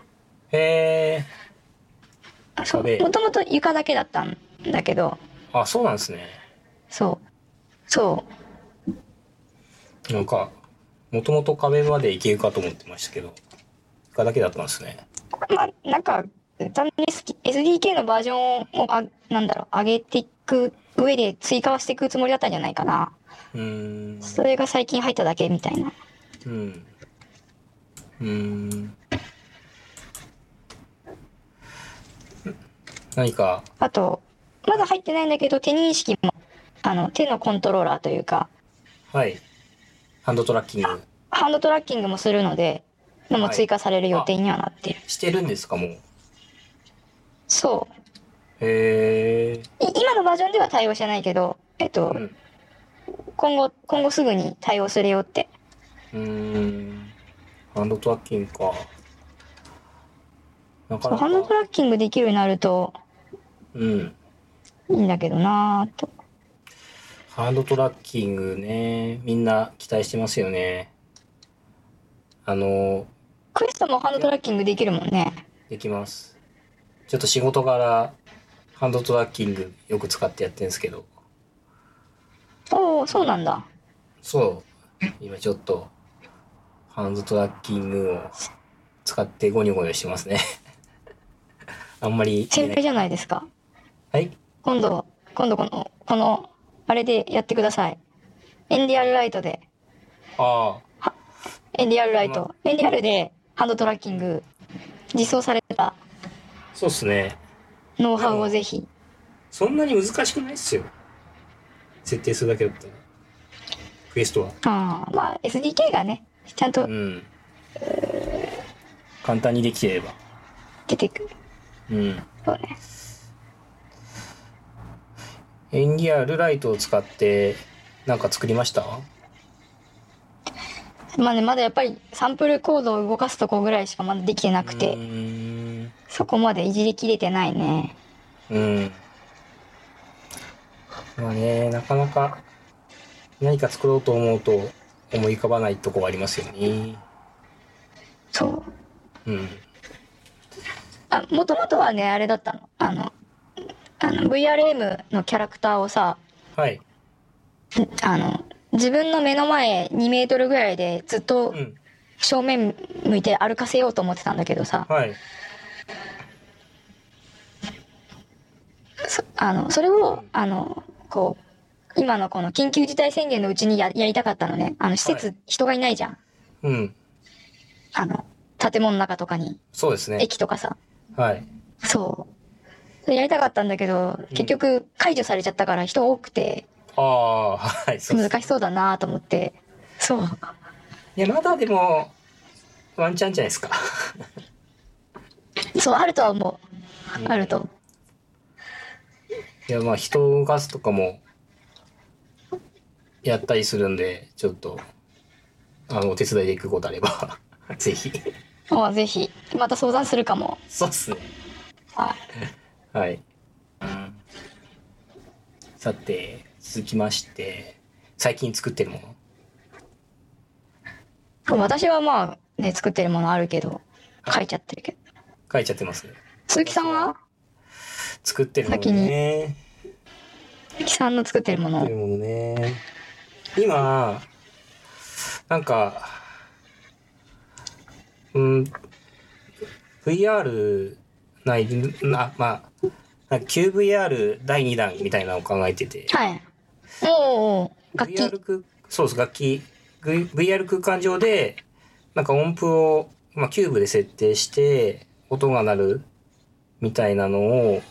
Speaker 2: へえ。
Speaker 1: そう、
Speaker 2: 壁
Speaker 1: もともと床だけだったんだけど、
Speaker 2: あ、そうなんですね。
Speaker 1: そう、そう、
Speaker 2: なんか、もともと壁までいけるかと思ってましたけど、床だけだったんですね。
Speaker 1: まあ、なんか、単に好き SDK のバージョンをあ、なんだろう、上げていく上で追加はしていくつもりだったんじゃないかな。
Speaker 2: うーん。
Speaker 1: それが最近入っただけみたいな。
Speaker 2: うん。うーん。何か、
Speaker 1: あと、まだ入ってないんだけど、手認識も、あの、手のコントローラーというか、
Speaker 2: はい。ハンドトラッキング
Speaker 1: ハンドトラッキングもするので、のも
Speaker 2: はい
Speaker 1: 追加される予定にはなってる。
Speaker 2: してるんですか、もう。
Speaker 1: そう。
Speaker 2: へえ。
Speaker 1: い今のバージョンでは対応してないけど、えっと
Speaker 2: う、ん。
Speaker 1: 今後、今後すぐに対応するよって。
Speaker 2: うーん。ハンドトラッキングか。なか
Speaker 1: そう
Speaker 2: なか。
Speaker 1: ハンドトラッキングできるようになると
Speaker 2: うん。
Speaker 1: いいんだけどなぁと。
Speaker 2: ハンドトラッキングね、みんな期待してますよね。あの、
Speaker 1: クエストもハンドトラッキングできるもんね。
Speaker 2: できます。ちょっと仕事柄、ハンドトラッキングよく使ってやってるんですけど、
Speaker 1: おお、そうなんだ。
Speaker 2: そう、今ちょっと、ハンドトラッキングを使ってゴニョゴニョしてますね。 <laughs> あんまり言
Speaker 1: 先
Speaker 2: えな
Speaker 1: 輩
Speaker 2: い。
Speaker 1: じゃないですか。
Speaker 2: はい
Speaker 1: 今度、今度この、この、あれでやってください。エンディアルライトで、
Speaker 2: ああ、
Speaker 1: エンディアルライ
Speaker 2: う
Speaker 1: ト、エンディアルでハンドトラッキング実装された
Speaker 2: そうっすね。
Speaker 1: ノウハウをぜひ。
Speaker 2: そんなに難しくないっすよ。設定するだけだったら。クエストは。
Speaker 1: ああ、まあ SDK がね、ちゃんと
Speaker 2: うん。簡単にできてれば。
Speaker 1: 出てくる。
Speaker 2: うん。
Speaker 1: そうね。
Speaker 2: エンリアルライトを使って、なんか作りました
Speaker 1: まあね、まだやっぱりサンプルコードを動かすとこぐらいしかまだできてなくて、
Speaker 2: うーん。
Speaker 1: そこまでいじりきれてないね。
Speaker 2: うん。まあね、なかなか何か作ろうと思うと思い浮かばないとこはありますよね。
Speaker 1: そう。
Speaker 2: うん。
Speaker 1: あ、もともとはね、あれだったの。あの、あの VRM のキャラクターをさ、
Speaker 2: はい。
Speaker 1: あの、自分の目の前2メートルぐらいでずっと
Speaker 2: うん。
Speaker 1: 正面向いて歩かせようと思ってたんだけどさ、
Speaker 2: はい。
Speaker 1: そあの、それを、あの、こう、今のこの緊急事態宣言のうちにややりたかったのね。あの、施設、
Speaker 2: は
Speaker 1: 人がいないじゃん。
Speaker 2: うん。
Speaker 1: あの、建物の中とかに、
Speaker 2: そうですね。
Speaker 1: 駅とかさ。
Speaker 2: はい。
Speaker 1: そう。それやりたかったんだけど、結局解除されちゃったから人多くて
Speaker 2: ああ、はい。そうそう
Speaker 1: 難しそうだなと思って。そう。
Speaker 2: いや、まだでも、ワンチャンじゃないですか。
Speaker 1: そう、あるとは思
Speaker 2: う
Speaker 1: う。
Speaker 2: ん
Speaker 1: あると思う。
Speaker 2: いや、まあ、人を動かすとかも、やったりするんで、ちょっと、あの、お手伝いで行くことあれば、 <laughs> ぜひ。
Speaker 1: まあぜひ、また相談するかも。
Speaker 2: そうっすね。
Speaker 1: は
Speaker 2: はい。さて、続きまして、最近作ってるもの。
Speaker 1: い私はまあ、ね、作ってるものあるけど、書いちゃってるけど。
Speaker 2: 書いちゃってますね。
Speaker 1: 鈴木さんは
Speaker 2: 作ってるものね。
Speaker 1: 鈴木さんの作ってるも
Speaker 2: 作って
Speaker 1: の。
Speaker 2: るものね。今、なんか、うん、VR ない、な、まあ、なんか QVR 第2弾みたいなのを考えてて。
Speaker 1: はい。おうおう楽器。
Speaker 2: VR 空そうです楽器 V- VR 空間上でなんか音符を、まあ、キューブで設定して音が鳴るみたいなのを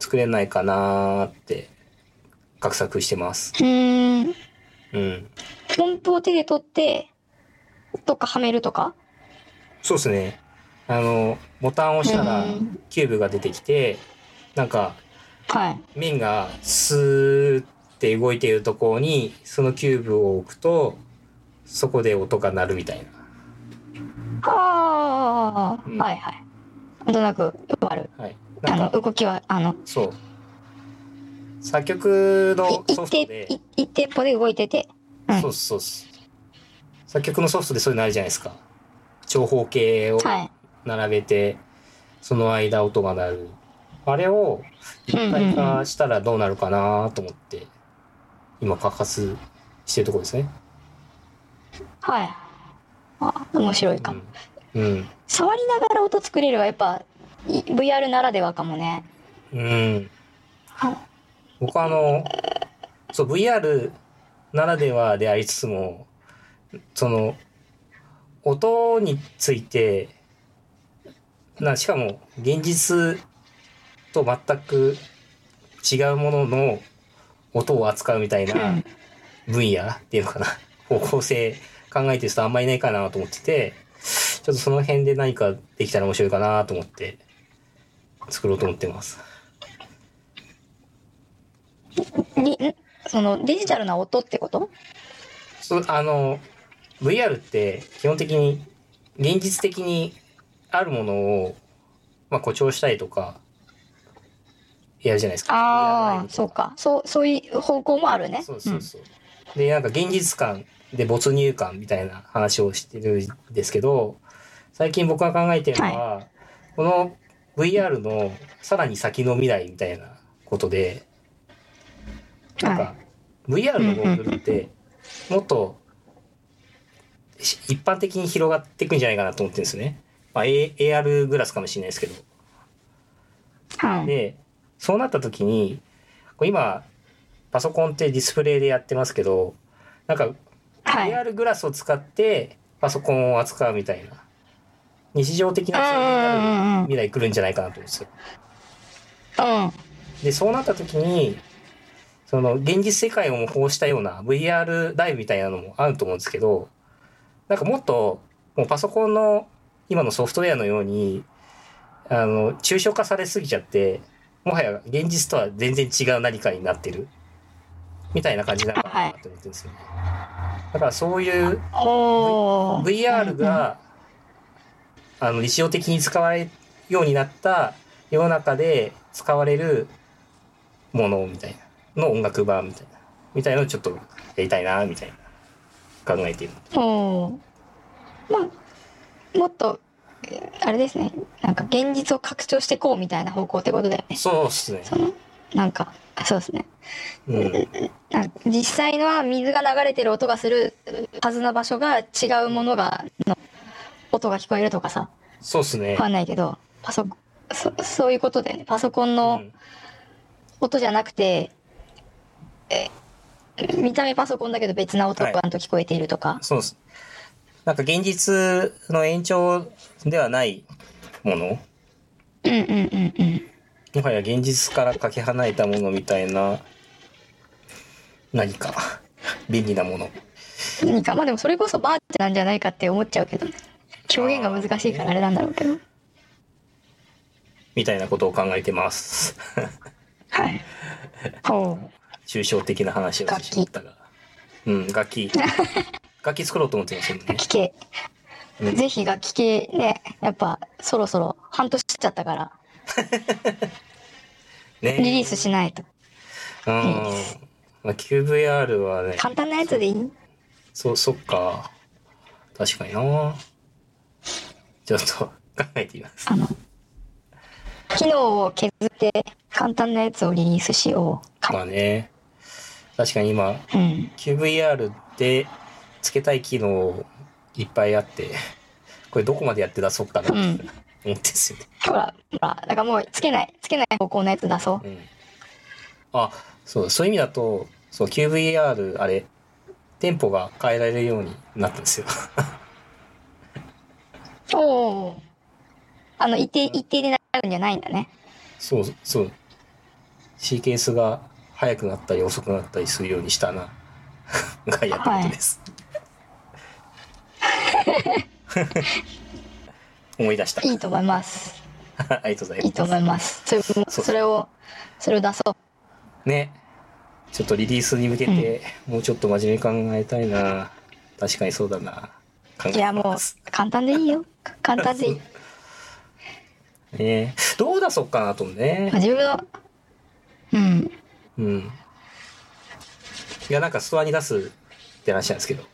Speaker 2: 作れないかなーって画策してます。
Speaker 1: うーん。
Speaker 2: うん。
Speaker 1: 音符を手で取って、とかはめるとか
Speaker 2: そうですね。あのボタンを押したら
Speaker 1: うん
Speaker 2: キューブが出てきてなんか
Speaker 1: はい。
Speaker 2: 面がスーって動いているところにそのキューブを置くとそこで音が鳴るみたいな。
Speaker 1: ああ、
Speaker 2: うん
Speaker 1: はいはい。なんとなくよくある。
Speaker 2: はい。
Speaker 1: あ
Speaker 2: な
Speaker 1: の
Speaker 2: んか、
Speaker 1: 動きはあの
Speaker 2: そう。作曲の
Speaker 1: い
Speaker 2: ソ
Speaker 1: 一
Speaker 2: フト
Speaker 1: 定
Speaker 2: で、
Speaker 1: い一テンポで動いてて、うん
Speaker 2: そうっすそうっす。作曲のソフトでそういうのあるじゃないですか。長方形を
Speaker 1: はい。
Speaker 2: 並べて、その間音が鳴る。あれを一体化したらどうなるかなと思って、今、開発してるところですね。
Speaker 1: はい。あ、面白いかも。
Speaker 2: うん。うん
Speaker 1: 触りながら音作れるはやっぱい VR ならではかもね。
Speaker 2: うん。
Speaker 1: はい
Speaker 2: 僕はあの、そう、VR ならではでありつつも、その、音について、な、しかも、現実と全く違うものの音を扱うみたいな分野っていうのかな、方向性考えてる人あんまりいないかなと思ってて、ちょっとその辺で何かできたら面白いかなと思って、作ろうと思ってます。
Speaker 1: にんそのデジタルな音ってこと？
Speaker 2: そうあの VR って基本的に現実的にあるものを、まあ、誇張したりとかやるじゃないですか。
Speaker 1: ああ、
Speaker 2: そ
Speaker 1: そう
Speaker 2: う
Speaker 1: か。そうそういう方向もあるね。
Speaker 2: そうそうそう。でなんか現実感で没入感みたいな話をしてるんですけど最近僕が考えてるのは、この VR のさらに先の未来みたいなことで。
Speaker 1: うん
Speaker 2: なん
Speaker 1: は
Speaker 2: か VR のゴーグルってもっとし一般的に広がっていくんじゃないかなと思ってるんですね。まあ、A- AR グラスかもしれないですけど。
Speaker 1: い。うん
Speaker 2: でそうなった時にこう今パソコンってディスプレイでやってますけどなんか
Speaker 1: はい。
Speaker 2: AR グラスを使ってパソコンを扱うみたいな日常的なそ
Speaker 1: う
Speaker 2: う
Speaker 1: んうん
Speaker 2: に
Speaker 1: うん
Speaker 2: な
Speaker 1: う
Speaker 2: る
Speaker 1: ん。
Speaker 2: 未来来るんじゃないかなと思うんですよ。
Speaker 1: うん。
Speaker 2: でそうなった時にその現実世界を模倣したような VR ライブみたいなのもあると思うんですけどなんかもっともうパソコンの今のソフトウェアのようにあの抽象化されすぎちゃってもはや現実とは全然違う何かになってるみたいな感じなのかなと思ってるんですよね。だからそういう
Speaker 1: おお。
Speaker 2: VR が、あの日常的に使われるようになった世の中で使われるものみたいなの音楽版みたいなみたいなのをちょっとやりたいなみたいな考えている
Speaker 1: おおー。まあもっとえーあれですね。なんか現実を拡張していこうみたいな方向ってことだよね。
Speaker 2: そうっすね、
Speaker 1: そのなんかそうですね。
Speaker 2: うん、
Speaker 1: なんか実際のは水が流れてる音がするはずな場所が違うものがの音が聞こえるとかさ
Speaker 2: そうっすね
Speaker 1: わかんないけどパソコそそういうことだよねパソコンの音じゃなくて、え見た目パソコンだけど別な音が
Speaker 2: はい
Speaker 1: バンと聞こえているとか、
Speaker 2: そうです。なんか現実の延長ではないもの
Speaker 1: うんうんうんうん
Speaker 2: もはや現実からかけ離れたものみたいな何か便利なもの
Speaker 1: 何かまあでもそれこそバーチャなんじゃないかって思っちゃうけどね表現が難しいからあれなんだろうけど
Speaker 2: みたいなことを考え
Speaker 1: <laughs>
Speaker 2: てます。
Speaker 1: はいほう
Speaker 2: 抽象的な話をしてしまったが。うん、楽
Speaker 1: <laughs>
Speaker 2: 器。楽器作ろうと思ってますよね
Speaker 1: 楽。器系、
Speaker 2: うん
Speaker 1: ぜひ楽器系ねやっぱそろそろ半年しちゃったからリ
Speaker 2: ね。
Speaker 1: リースしないと
Speaker 2: うん。まあ、QVR はね、
Speaker 1: 簡単なやつでいい
Speaker 2: そ、そっか。確かになちょっと <laughs> 考えてみます。
Speaker 1: あの機能を削って簡単なやつをリリースしようか
Speaker 2: まあね。確かに今、
Speaker 1: うん
Speaker 2: QVR で付けたい機能いっぱいあって、これどこまでやって出そうかなっ
Speaker 1: う
Speaker 2: て思っ
Speaker 1: ん
Speaker 2: てんですよね。
Speaker 1: ほらほらだからもうつけないつけない方向のやつ出そう
Speaker 2: うん、あそうそういう意味だとそう QVR あれテンポが変えられるようになったんですよ <laughs>
Speaker 1: おおあの一定一定になるんじゃないんだね
Speaker 2: そうそうシーケンスが速くなったり遅くなったりするようにしたな <laughs> がやったことです、思い出した
Speaker 1: いいと思います
Speaker 2: <laughs> ありがとうございます
Speaker 1: いいと思いますそれも
Speaker 2: そう
Speaker 1: それをそれを出そう
Speaker 2: ねちょっとリリースに向けて、もうちょっと真面目に考えたいな確かにそうだな考え
Speaker 1: いやも
Speaker 2: ま
Speaker 1: う
Speaker 2: す
Speaker 1: 簡単でいいよ簡単でいい、
Speaker 2: ねどう出そうかなと思うね
Speaker 1: まあ、。自分のうん
Speaker 2: うん。いや、なんかストアに出すって話なんですけど。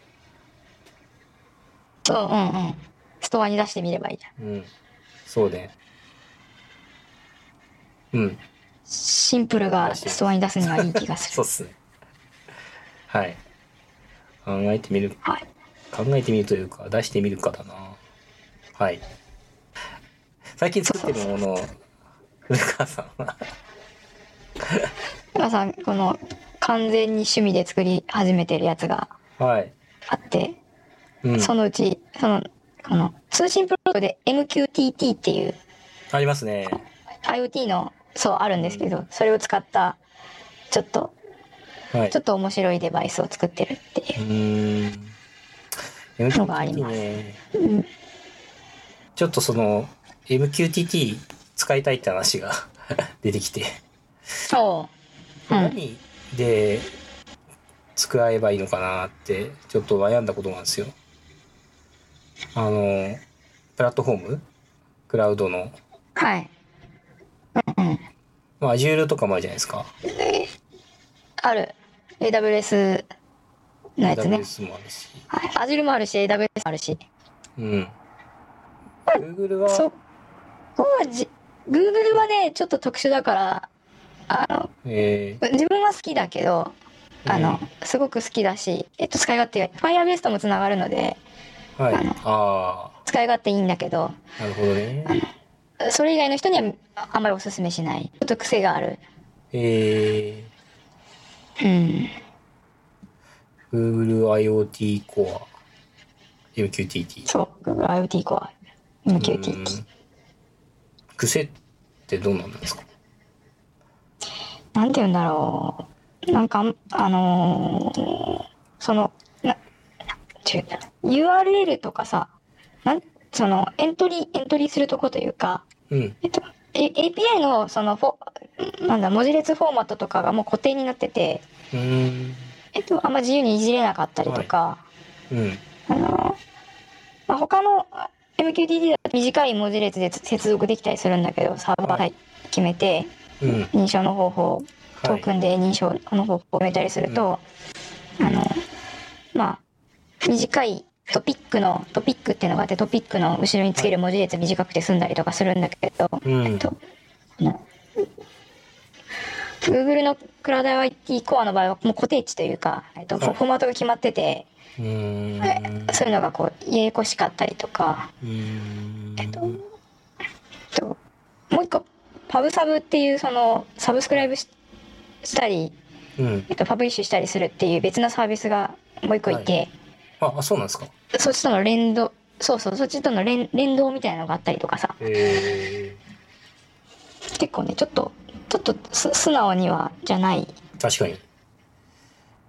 Speaker 1: そううんうんストアに出してみればいいじゃん
Speaker 2: うん。そうね。うん。
Speaker 1: シンプルがストアに出すにはいい気がす
Speaker 2: そ
Speaker 1: る
Speaker 2: うっすね。はい。考えてみる、
Speaker 1: はい
Speaker 2: 考えてみるというか、出してみるかだな。はい。最近作ってるものを、古川さんは。
Speaker 1: 皆さんこの完全に趣味で作り始めてるやつが
Speaker 2: はい。
Speaker 1: あって
Speaker 2: うん。
Speaker 1: そのうち、その、この、通信プロトコルで MQTT っていう
Speaker 2: ありますね。
Speaker 1: IoT の、そう、あるんですけど、それを使った、ちょっと、
Speaker 2: はい。
Speaker 1: ちょっと面白いデバイスを作ってるっていう
Speaker 2: ーん。
Speaker 1: のがあります
Speaker 2: MQTT ね。
Speaker 1: う。うん
Speaker 2: ちょっとその、MQTT 使いたいって話が <laughs> 出てきて、
Speaker 1: そう。うん。
Speaker 2: 何で使えばいいのかなって、ちょっと悩んだことなんですよ。あの、プラットフォームクラウドの。
Speaker 1: はい。うんうん。
Speaker 2: まあ、Azure とかもあるじゃないですか。
Speaker 1: ある。AWS のやつね。
Speaker 2: AWS もあるし。
Speaker 1: はい。Azure もあるし、AWS もあるし。
Speaker 2: うん。Google は、
Speaker 1: そこはじ、Google はね、ちょっと特殊だから、あの、
Speaker 2: え
Speaker 1: 自分は好きだけどあの、
Speaker 2: う
Speaker 1: すごく好きだし、えっと、使い勝手が Firebase ともつながるので
Speaker 2: ー、はい。あ
Speaker 1: 使い勝手いいんだけど
Speaker 2: あ、なるほどね。
Speaker 1: それ以外の人にはああんまりおすすめしないちょっと癖がある
Speaker 2: え
Speaker 1: うん
Speaker 2: ー、Google IoT Core、MQTT。
Speaker 1: そう Google IoT コア
Speaker 2: う
Speaker 1: MQTT
Speaker 2: ん癖ってどうなんですか
Speaker 1: なんて言うんだろうなんかあんあのーそのな違う URL とかさなんそのエントリーエントリーするとこというか
Speaker 2: うん。
Speaker 1: えっと、A- API のそのフォなんだ文字列フォーマットとかがもう固定になってて、
Speaker 2: うん。
Speaker 1: えっと、あんま自由にいじれなかったりとか、
Speaker 2: うん。
Speaker 1: あのまあ、他のあ MQTT だと短い文字列でつ接続できたりするんだけどサーバ
Speaker 2: は
Speaker 1: ー
Speaker 2: い
Speaker 1: で決めて
Speaker 2: うん。
Speaker 1: 認証の方法ト
Speaker 2: は
Speaker 1: ーク
Speaker 2: い。
Speaker 1: ンで認証の方法を決めたりすると、あのまあ短いトピックのトピックっていうのがあってトピックの後ろにつける文字列短くて済んだりとかするんだけど、
Speaker 2: うん。
Speaker 1: と、あの Google のクラウド IT コアの場合はもう固定値というか、えっと、フ
Speaker 2: はい
Speaker 1: ォーマットが決まってて、
Speaker 2: うん。
Speaker 1: そういうのがこうややこしかったりとか、
Speaker 2: うん。
Speaker 1: えっとえっともう一個パブサブっていうそのサブスクライブししたり、
Speaker 2: うん。
Speaker 1: えっと、パブリッシュしたりするっていう別のサービスがもう一個いて、
Speaker 2: あ、あそうなんですか
Speaker 1: そっちとの連動そうそうそっちとの連連動みたいなのがあったりとかさ
Speaker 2: え
Speaker 1: 結構ねちょっとちょっとす素直にはじゃない
Speaker 2: ー、確かに。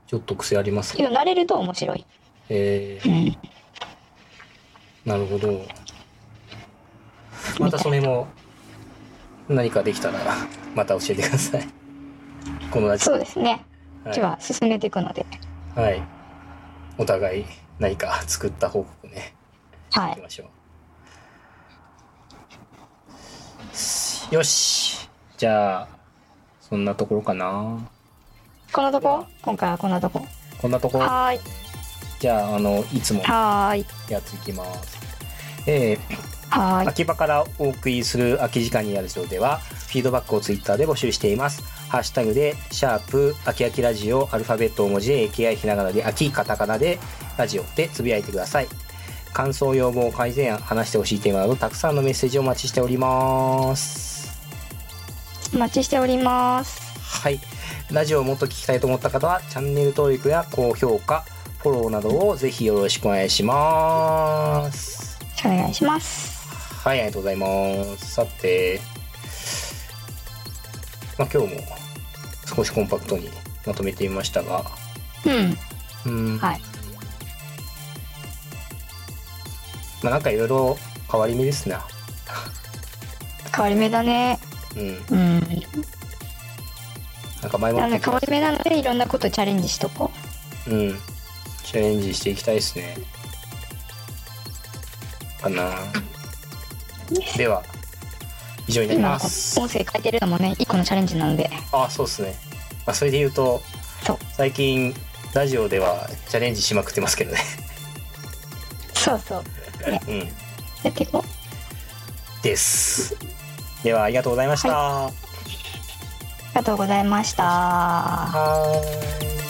Speaker 2: ちょっと癖あります
Speaker 1: け
Speaker 2: ね。
Speaker 1: ど慣れると面白い。
Speaker 2: え
Speaker 1: う
Speaker 2: ー、
Speaker 1: ん
Speaker 2: なるほど。またそれも、何かできたら、また教えてください。このラジオ
Speaker 1: そうですね。
Speaker 2: は
Speaker 1: 今
Speaker 2: い
Speaker 1: 日は進めていくので、
Speaker 2: はい。お互い何か作った報告ね、
Speaker 1: はい
Speaker 2: き。ましょう。よし。じゃあ、そんなところかな。
Speaker 1: このとこ、今回はこんなとこ。
Speaker 2: こんなところ。
Speaker 1: はーい、
Speaker 2: じゃあ、あの、いつも
Speaker 1: はーい、
Speaker 2: やっていきます。えー
Speaker 1: はーい。
Speaker 2: 秋葉からお送りする秋時間にやる上ではフィードバックをツイッターで募集していますハッシュタグでシャープ秋秋ラジオアルファベット大文字で AKI ひながらで秋カタカナでラジオでつぶやいてください感想要望改善案話してほしいテーマなどたくさんのメッセージをお待ちしております
Speaker 1: お待ちしております。
Speaker 2: はいラジオをもっと聞きたいと思った方はチャンネル登録や高評価フォローなどをぜひよろしくお願いします
Speaker 1: よろしくお願いします。
Speaker 2: はい、ありがとうございます。さて、まあ、今日も少しコンパクトにまとめてみましたが、
Speaker 1: うん、
Speaker 2: うん、
Speaker 1: はい。
Speaker 2: まあ、なんかいろいろ変わり目ですね。
Speaker 1: 変わり目だね。
Speaker 2: うん、
Speaker 1: うん。
Speaker 2: なんか前も
Speaker 1: な
Speaker 2: っ
Speaker 1: ん
Speaker 2: て
Speaker 1: で変わり目なので、いろんなことチャレンジしとこ
Speaker 2: うん、チャレンジしていきたいですね。
Speaker 1: う。
Speaker 2: かな。では、以上になり
Speaker 1: 今
Speaker 2: ま
Speaker 1: 音
Speaker 2: す。
Speaker 1: 声変えてるのもね一個のチャレンジなので
Speaker 2: あ、そうですね。まあ、それで言うと
Speaker 1: そう、
Speaker 2: 最近、ラジオではチャレンジしまくってますけどね。
Speaker 1: そうそう
Speaker 2: うん。
Speaker 1: やっていこ
Speaker 2: です。では、ありがとうございました。
Speaker 1: うありがとうございました
Speaker 2: はーい